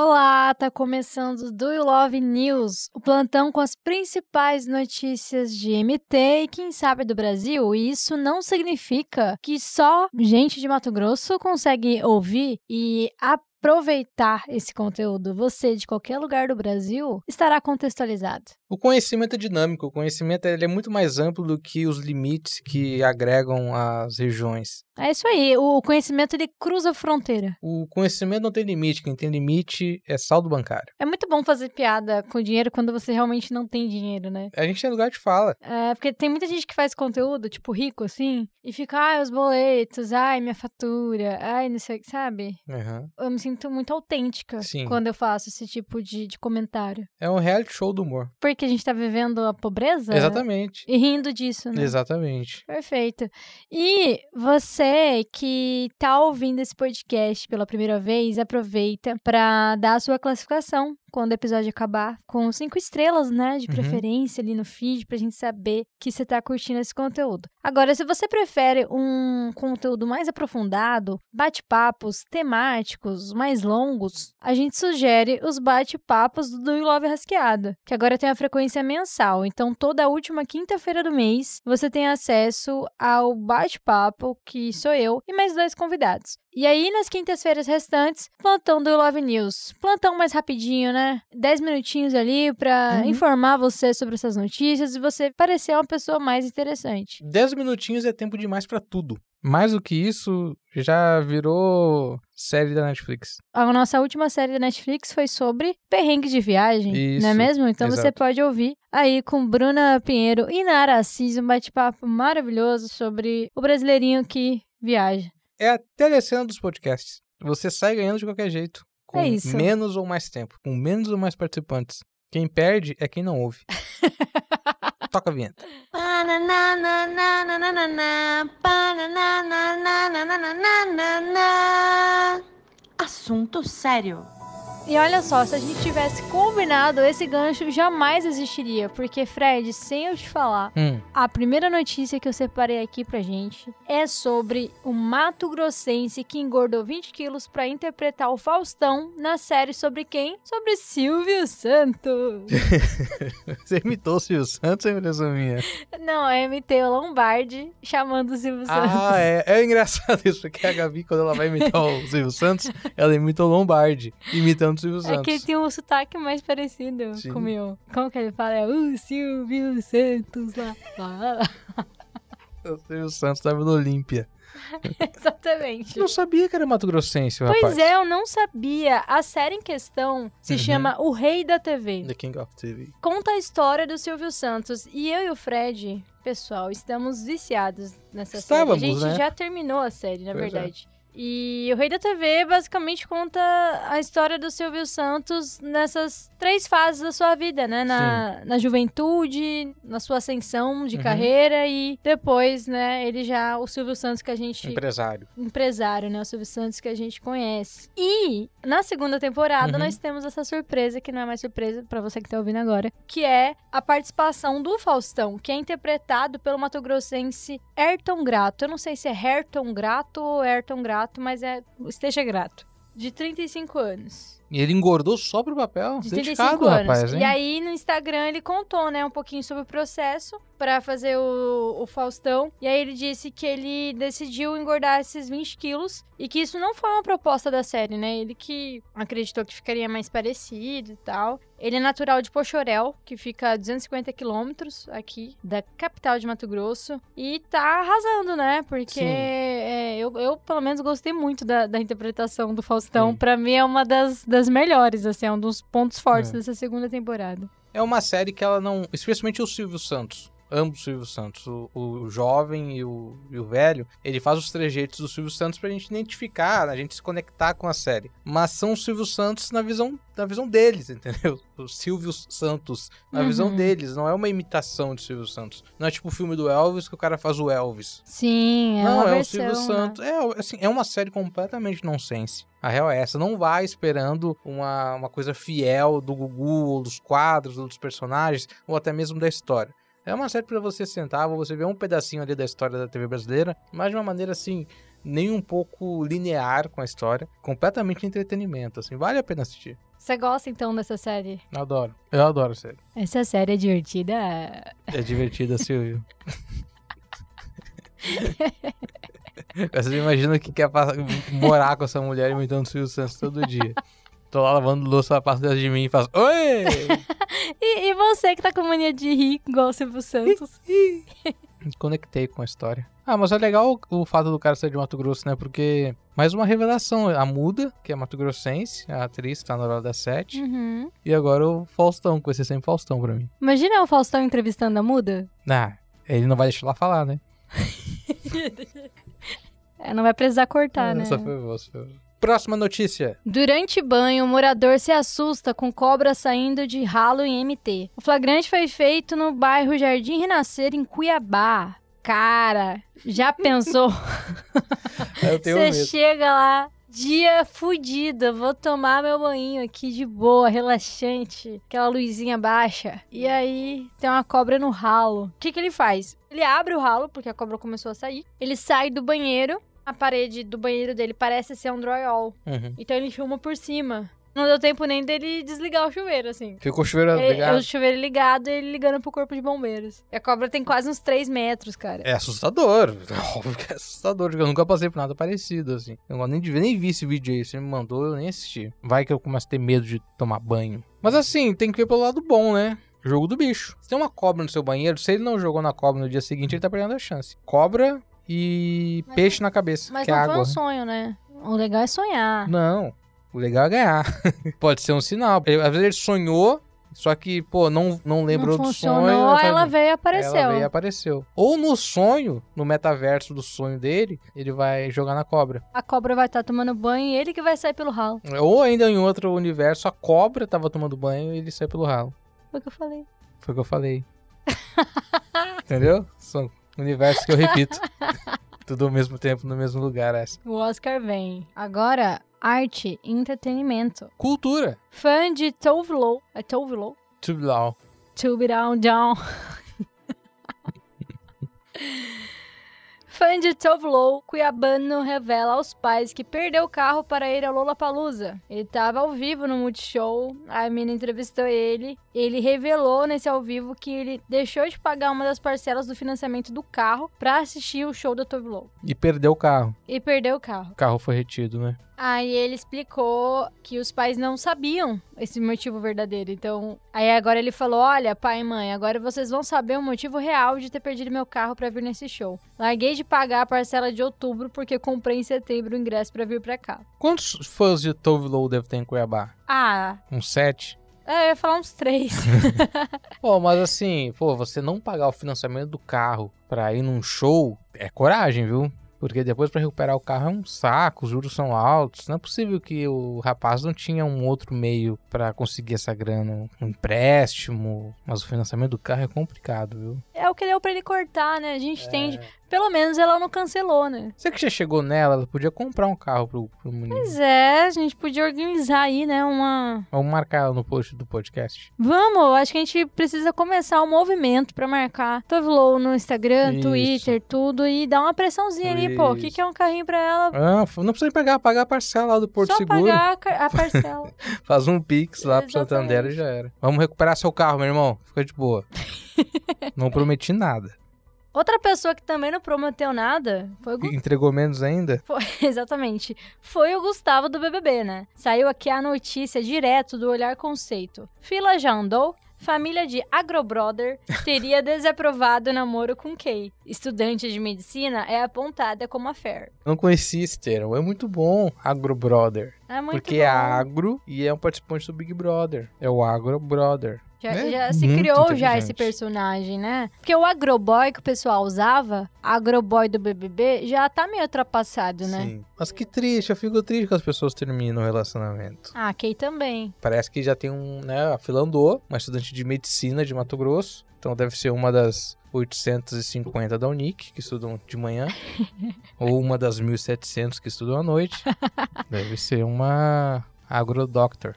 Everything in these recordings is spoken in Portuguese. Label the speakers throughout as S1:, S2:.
S1: Olá, tá começando o Do You Love News, o plantão com as principais notícias de MT e quem sabe do Brasil. E isso não significa que só gente de Mato Grosso consegue ouvir e aproveitar esse conteúdo. Você de qualquer lugar do Brasil estará contextualizado.
S2: O conhecimento é dinâmico, o conhecimento ele é muito mais amplo do que os limites que agregam as regiões.
S1: É isso aí, o conhecimento ele cruza a fronteira.
S2: O conhecimento não tem limite, quem tem limite é saldo bancário.
S1: É muito bom fazer piada com dinheiro quando você realmente não tem dinheiro, né?
S2: A gente tem lugar de fala.
S1: É, porque tem muita gente que faz conteúdo, tipo, rico, assim, e fica, ai, os boletos, ai, minha fatura, ai, não sei, o que", sabe?
S2: Aham.
S1: Eu me sinto muito autêntica
S2: Sim.
S1: quando eu faço esse tipo de, de comentário.
S2: É um reality show do humor.
S1: Porque a gente tá vivendo a pobreza?
S2: Exatamente.
S1: E rindo disso, né?
S2: Exatamente.
S1: Perfeito. E você que tá ouvindo esse podcast pela primeira vez, aproveita pra dar a sua classificação quando o episódio acabar, com cinco estrelas, né, de
S2: Uhum.
S1: preferência ali no feed, pra gente saber que você tá curtindo esse conteúdo. Agora, se você prefere um conteúdo mais aprofundado, bate-papos temáticos, mais longos, a gente sugere os bate-papos do Do You Love Rasqueado, que agora tem a frequência mensal. Então, toda última quinta-feira do mês, você tem acesso ao bate-papo, que sou eu, e mais dois convidados. E aí, nas quintas-feiras restantes, plantão do Love News. Plantão mais rapidinho, né? Dez minutinhos ali pra
S2: Uhum.
S1: informar você sobre essas notícias e você parecer uma pessoa mais interessante.
S2: Dez minutinhos é tempo demais pra tudo. Mais do que isso, já virou série da Netflix.
S1: A nossa última série da Netflix foi sobre perrengues de viagem,
S2: Isso,
S1: não é mesmo? Então você
S2: exato.
S1: pode ouvir aí com Bruna Pinheiro e Nara Assis um bate-papo maravilhoso sobre o brasileirinho que viaja.
S2: É a telecena dos podcasts. Você sai ganhando de qualquer jeito. Com
S1: É isso.
S2: menos ou mais tempo. Com menos ou mais participantes. Quem perde é quem não ouve. Toca a vinheta.
S3: Assunto sério.
S1: E olha só, se a gente tivesse combinado, esse gancho jamais existiria. Porque, Fred, sem eu te falar,
S2: Hum,
S1: a primeira notícia que eu separei aqui pra gente é sobre o Mato Grossense que engordou 20 quilos pra interpretar o Faustão na série sobre quem? Sobre Silvio Santos.
S2: você imitou o Silvio Santos, hein, impressão minha?
S1: Não, é MT Lombardi chamando o Silvio Santos.
S2: Ah, é, é engraçado isso, porque a Gabi, quando ela vai imitar o Silvio Santos, ela imita o Lombardi, imitando o Silvio
S1: É que ele
S2: Santos.
S1: tem um sotaque mais parecido
S2: Sim.
S1: com o meu. Como que ele fala? É o Silvio Santos lá, Ah, lá, lá.
S2: O Silvio Santos tava no Olímpia.
S1: Exatamente.
S2: Não sabia que era Mato Grossense, o rapaz.
S1: Pois é, eu não sabia. A série em questão se
S2: Uhum.
S1: chama O Rei da TV.
S2: The King of TV.
S1: Conta a história do Silvio Santos. E eu e o Fred, pessoal, estamos viciados nessa
S2: Estávamos,
S1: série. A gente
S2: né?
S1: já terminou a série, na
S2: Pois é.
S1: verdade. E o Rei da TV basicamente conta a história do Silvio Santos nessas três fases da sua vida, né? Na, na juventude, na sua ascensão de
S2: Uhum.
S1: carreira e depois, né? Ele já, o Silvio Santos que a gente
S2: Empresário.
S1: empresário, né? O Silvio Santos que a gente conhece. E na segunda temporada
S2: Uhum.
S1: nós temos essa surpresa, que não é mais surpresa pra você que tá ouvindo agora, que é a participação do Faustão, que é interpretado pelo matogrossense Ayrton Grato. Eu não sei se é Ayrton Grato ou Ayrton Grato, mas é esteja grato. De 35 anos.
S2: E ele engordou só pro papel.
S1: De 35
S2: dedicado,
S1: anos.
S2: rapaz, hein?
S1: E aí no Instagram ele contou, né, um pouquinho sobre o processo pra fazer o, o Faustão. E aí ele disse que ele decidiu engordar esses 20 quilos e que isso não foi uma proposta da série, né? Ele que acreditou que ficaria mais parecido e tal. Ele é natural de Pochorel, que fica a 250 quilômetros aqui da capital de Mato Grosso. E tá arrasando, né? Porque
S2: Sim.
S1: é, eu, eu, pelo menos, gostei muito da, da interpretação do Faustão.
S2: Sim.
S1: Pra mim é uma das, das melhores, assim, é um dos pontos fortes
S2: É.
S1: dessa segunda temporada.
S2: É uma série que ela não. Especialmente o Silvio Santos. Ambos os Silvio Santos, o, o jovem e o, e o velho, ele faz os trejeitos do Silvio Santos pra gente identificar, a gente se conectar com a série. Mas são os Silvio Santos na visão, na visão deles, entendeu? Os Silvio Santos na
S1: Uhum.
S2: visão deles, não é uma imitação de Silvio Santos. Não é tipo o filme do Elvis que o cara faz o Elvis.
S1: Sim, é
S2: não,
S1: uma
S2: é
S1: versão,
S2: o Silvio
S1: né?
S2: Santos. É, assim, é uma série completamente nonsense. A real é essa. Não vá esperando uma, uma coisa fiel do Gugu, ou dos quadros, ou dos personagens, ou até mesmo da história. É uma série pra você sentar, você ver um pedacinho ali da história da TV brasileira, mas de uma maneira assim, nem um pouco linear com a história, completamente entretenimento, assim, vale a pena assistir.
S1: Você gosta então dessa série?
S2: Eu adoro. Eu adoro a série.
S1: Essa série é divertida.
S2: É divertida, Silvio. Vocês imaginam que quer passar- morar com essa mulher imitando Silvio Santos todo dia. Tô lá lavando louça, ela passa dentro de mim e faz Oi!
S1: E, e você que tá com mania de rir, igual o Silvio Santos.
S2: Me Conectei com a história. Ah, mas é legal o, o fato do cara ser de Mato Grosso, né? Porque, mais uma revelação, a Muda, que é Mato Grossense, a atriz, tá na hora das sete.
S1: Uhum.
S2: E agora o Faustão, que vai ser sempre Faustão pra mim.
S1: Imagina o Faustão entrevistando a Muda?
S2: Ah, ele não vai deixar lá falar, né?
S1: É, não vai precisar cortar,
S2: Ah,
S1: né?
S2: Só foi você. Próxima notícia.
S1: Durante banho, o morador se assusta com cobra saindo de ralo em MT. O flagrante foi feito no bairro Jardim Renascer, em Cuiabá. Cara, já pensou?
S2: Eu tenho
S1: Você
S2: medo.
S1: chega lá, dia fudido, vou tomar meu banho aqui de boa, relaxante, aquela luzinha baixa. E aí tem uma cobra no ralo. O que, que ele faz? Ele abre o ralo, porque a cobra começou a sair. Ele sai do banheiro. A parede do banheiro dele parece ser um drywall.
S2: Uhum.
S1: Então ele filma por cima. Não deu tempo nem dele desligar o chuveiro, assim.
S2: Ficou o chuveiro
S1: Ele,
S2: Tá ligado.
S1: o chuveiro ligado e ele ligando pro corpo de bombeiros. E a cobra tem quase uns 3 metros, cara.
S2: É assustador. Óbvio que é assustador, porque eu nunca passei por nada parecido, assim. Eu não- nem, devia- nem vi esse vídeo aí, você me mandou, eu nem assisti. Vai que eu começo a ter medo de tomar banho. Mas assim, tem que ver pelo lado bom, né? Jogo do bicho. Se tem uma cobra no seu banheiro, se ele não jogou na cobra no dia seguinte, ele tá perdendo a chance. Cobra e
S1: Mas
S2: peixe na cabeça,
S1: Mas
S2: que é
S1: não foi
S2: água.
S1: um sonho, né? O legal é sonhar.
S2: Não, o legal é ganhar. Pode ser um sinal. Ele- Às vezes ele sonhou, só que, pô, não, não lembrou
S1: não
S2: do
S1: funcionou,
S2: sonho.
S1: aí
S2: sabe?
S1: né? ela veio e apareceu.
S2: Ela veio e apareceu. Ou no sonho, no metaverso do sonho dele, ele vai jogar na cobra.
S1: A cobra vai estar tomando banho e ele que vai sair pelo ralo.
S2: Ou ainda em outro universo, a cobra tava tomando banho e ele saiu pelo ralo.
S1: Foi o que eu falei.
S2: Foi o que eu falei. Entendeu? São universos que eu repito. Tudo ao mesmo tempo, no mesmo lugar, essa.
S1: O Oscar vem. Agora, arte e entretenimento.
S2: Cultura.
S1: Fã de Tove Lo. É Tove Lo?
S2: Tubulau.
S1: Tube Down Down. Fã de Tove Lo, cuiabano revela aos pais que perdeu o carro para ir ao Lollapalooza. Ele estava ao vivo no Multishow, a mina entrevistou ele. Ele revelou nesse ao vivo que ele deixou de pagar uma das parcelas do financiamento do carro para assistir o show da Tove Lo.
S2: E perdeu o carro.
S1: E perdeu o carro.
S2: O carro foi retido, né?
S1: Aí ele explicou que os pais não sabiam esse motivo verdadeiro. Então, aí agora ele falou: "Olha, pai e mãe, agora vocês vão saber o motivo real de ter perdido meu carro pra vir nesse show. Larguei de pagar a parcela de outubro porque comprei em setembro o ingresso pra vir pra cá."
S2: Quantos fãs de Tove Lo deve ter em Cuiabá?
S1: Ah,
S2: Um sete?
S1: é, eu ia falar uns três.
S2: Pô, mas assim, pô, você não pagar o financiamento do carro pra ir num show é coragem, viu? Porque depois pra recuperar o carro é um saco, os juros são altos. Não é possível que o rapaz não tinha um outro meio pra conseguir essa grana, um empréstimo, mas o financiamento do carro é complicado, viu?
S1: é o que deu pra ele cortar, né? A gente
S2: É.
S1: entende. Pelo menos ela não cancelou, né?
S2: Você que já chegou nela, ela podia comprar um carro pro, pro menino.
S1: Pois é, a gente podia organizar aí, né, uma
S2: Vamos marcar ela no post do podcast.
S1: Vamos, acho que a gente precisa começar o movimento pra marcar Tove Lo no Instagram,
S2: Isso.
S1: Twitter, tudo e dar uma pressãozinha ali, pô. O que,
S2: Isso.
S1: que é um carrinho pra ela?
S2: Ah, f- não precisa pagar, pagar a parcela lá do Porto
S1: Só
S2: Seguro.
S1: pagar a car- a parcela.
S2: Faz um pix lá pro
S1: Exatamente.
S2: Santander e já era. Vamos recuperar seu carro, meu irmão. Fica de boa. não prometi nada.
S1: Outra pessoa que também não prometeu nada foi o Gu-
S2: Entregou menos ainda?
S1: Exatamente. Foi o Gustavo do BBB, né? Saiu aqui a notícia direto do Olhar Conceito. Fila já andou? Família de Agrobrother teria desaprovado o namoro com Kay. Estudante de medicina é apontada como a Fair.
S2: Não conheci esse termo. É muito bom, Agro Brother.
S1: É muito
S2: porque
S1: bom.
S2: é agro e é um participante do Big Brother. É o Agro Brother.
S1: Já,
S2: né?
S1: já se
S2: Muito
S1: criou já
S2: inteligente.
S1: esse personagem, né? Porque o agroboy que o pessoal usava, agroboy do BBB, já tá meio ultrapassado, né?
S2: Sim. Mas que triste, eu fico triste que as pessoas terminam o relacionamento.
S1: Ah, Kay também.
S2: Parece que já tem um, né, a fila andou, uma estudante de medicina de Mato Grosso. Então deve ser uma das 850 da Unic, que estudam de manhã. ou uma das 1.700 que estudam à noite. Deve ser uma agrodoctor.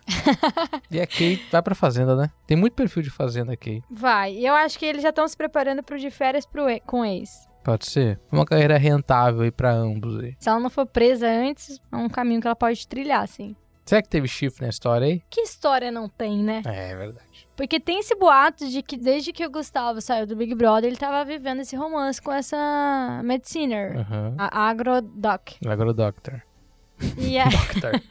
S2: e a Kay vai pra fazenda, né? Tem muito perfil de fazenda, Kay.
S1: Vai. E eu acho que eles já estão se preparando pro de férias pro e- com ex.
S2: Pode ser. Uma carreira rentável aí pra ambos aí.
S1: Se ela não for presa antes, é um caminho que ela pode trilhar, assim.
S2: Será que teve chifre na história aí?
S1: Que história não tem, né?
S2: É, é verdade.
S1: Porque tem esse boato de que desde que o Gustavo saiu do Big Brother, ele tava vivendo esse romance com essa mediciner,
S2: Aham.
S1: a Agrodoc.
S2: Agora o Doctor.
S1: E aí,
S2: Doctor.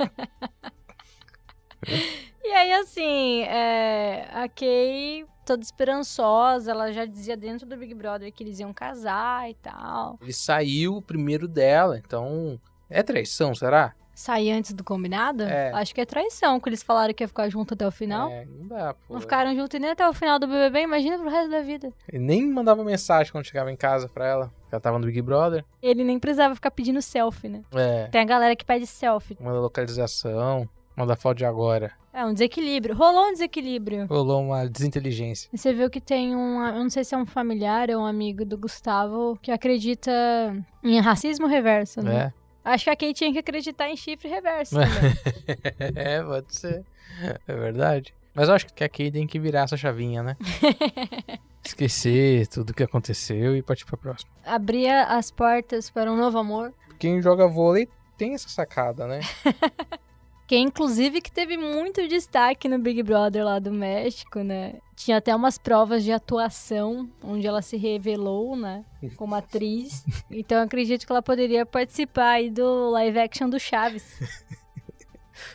S1: e aí, assim, é, a Kay toda esperançosa, ela já dizia dentro do Big Brother que eles iam casar e tal.
S2: Ele saiu primeiro dela, então. É traição, será?
S1: Sair antes do combinado?
S2: É.
S1: Acho que é traição, que eles falaram que ia ficar junto até o final.
S2: É, não dá, pô.
S1: Não ficaram juntos nem até o final do BBB, imagina pro resto da vida.
S2: Ele nem mandava mensagem quando chegava em casa pra ela. Ela tava no Big Brother.
S1: Ele nem precisava ficar pedindo selfie, né?
S2: É.
S1: Tem a galera que pede selfie.
S2: Manda localização. Manda foto de agora.
S1: É um desequilíbrio. Rolou um desequilíbrio.
S2: Rolou uma desinteligência.
S1: E Você viu que tem um, eu não sei se é um familiar ou um amigo do Gustavo que acredita em racismo reverso, né?
S2: né?
S1: Acho que a Kate tinha que acreditar em chifre reverso. né? também.
S2: é, pode ser. É verdade. Mas eu acho que a Kay tem que virar essa chavinha, né? Esquecer tudo que aconteceu e partir pra próxima.
S1: Abria as portas para um novo amor.
S2: Quem joga vôlei tem essa sacada, né?
S1: Que é, inclusive que teve muito destaque no Big Brother lá do México, né? Tinha até umas provas de atuação, onde ela se revelou, né? Como atriz. Então eu acredito que ela poderia participar aí do live action do Chaves.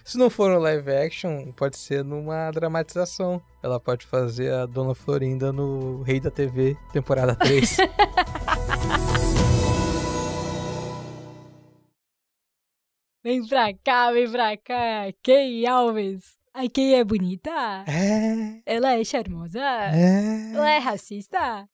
S2: Se não for no live action, pode ser numa dramatização. Ela pode fazer a Dona Florinda no Rei da TV, temporada 3.
S1: Vem pra cá, vem pra cá, Kay Alves. A Kay é bonita?
S2: é,
S1: Ela é charmosa?
S2: é.
S1: Ela é racista?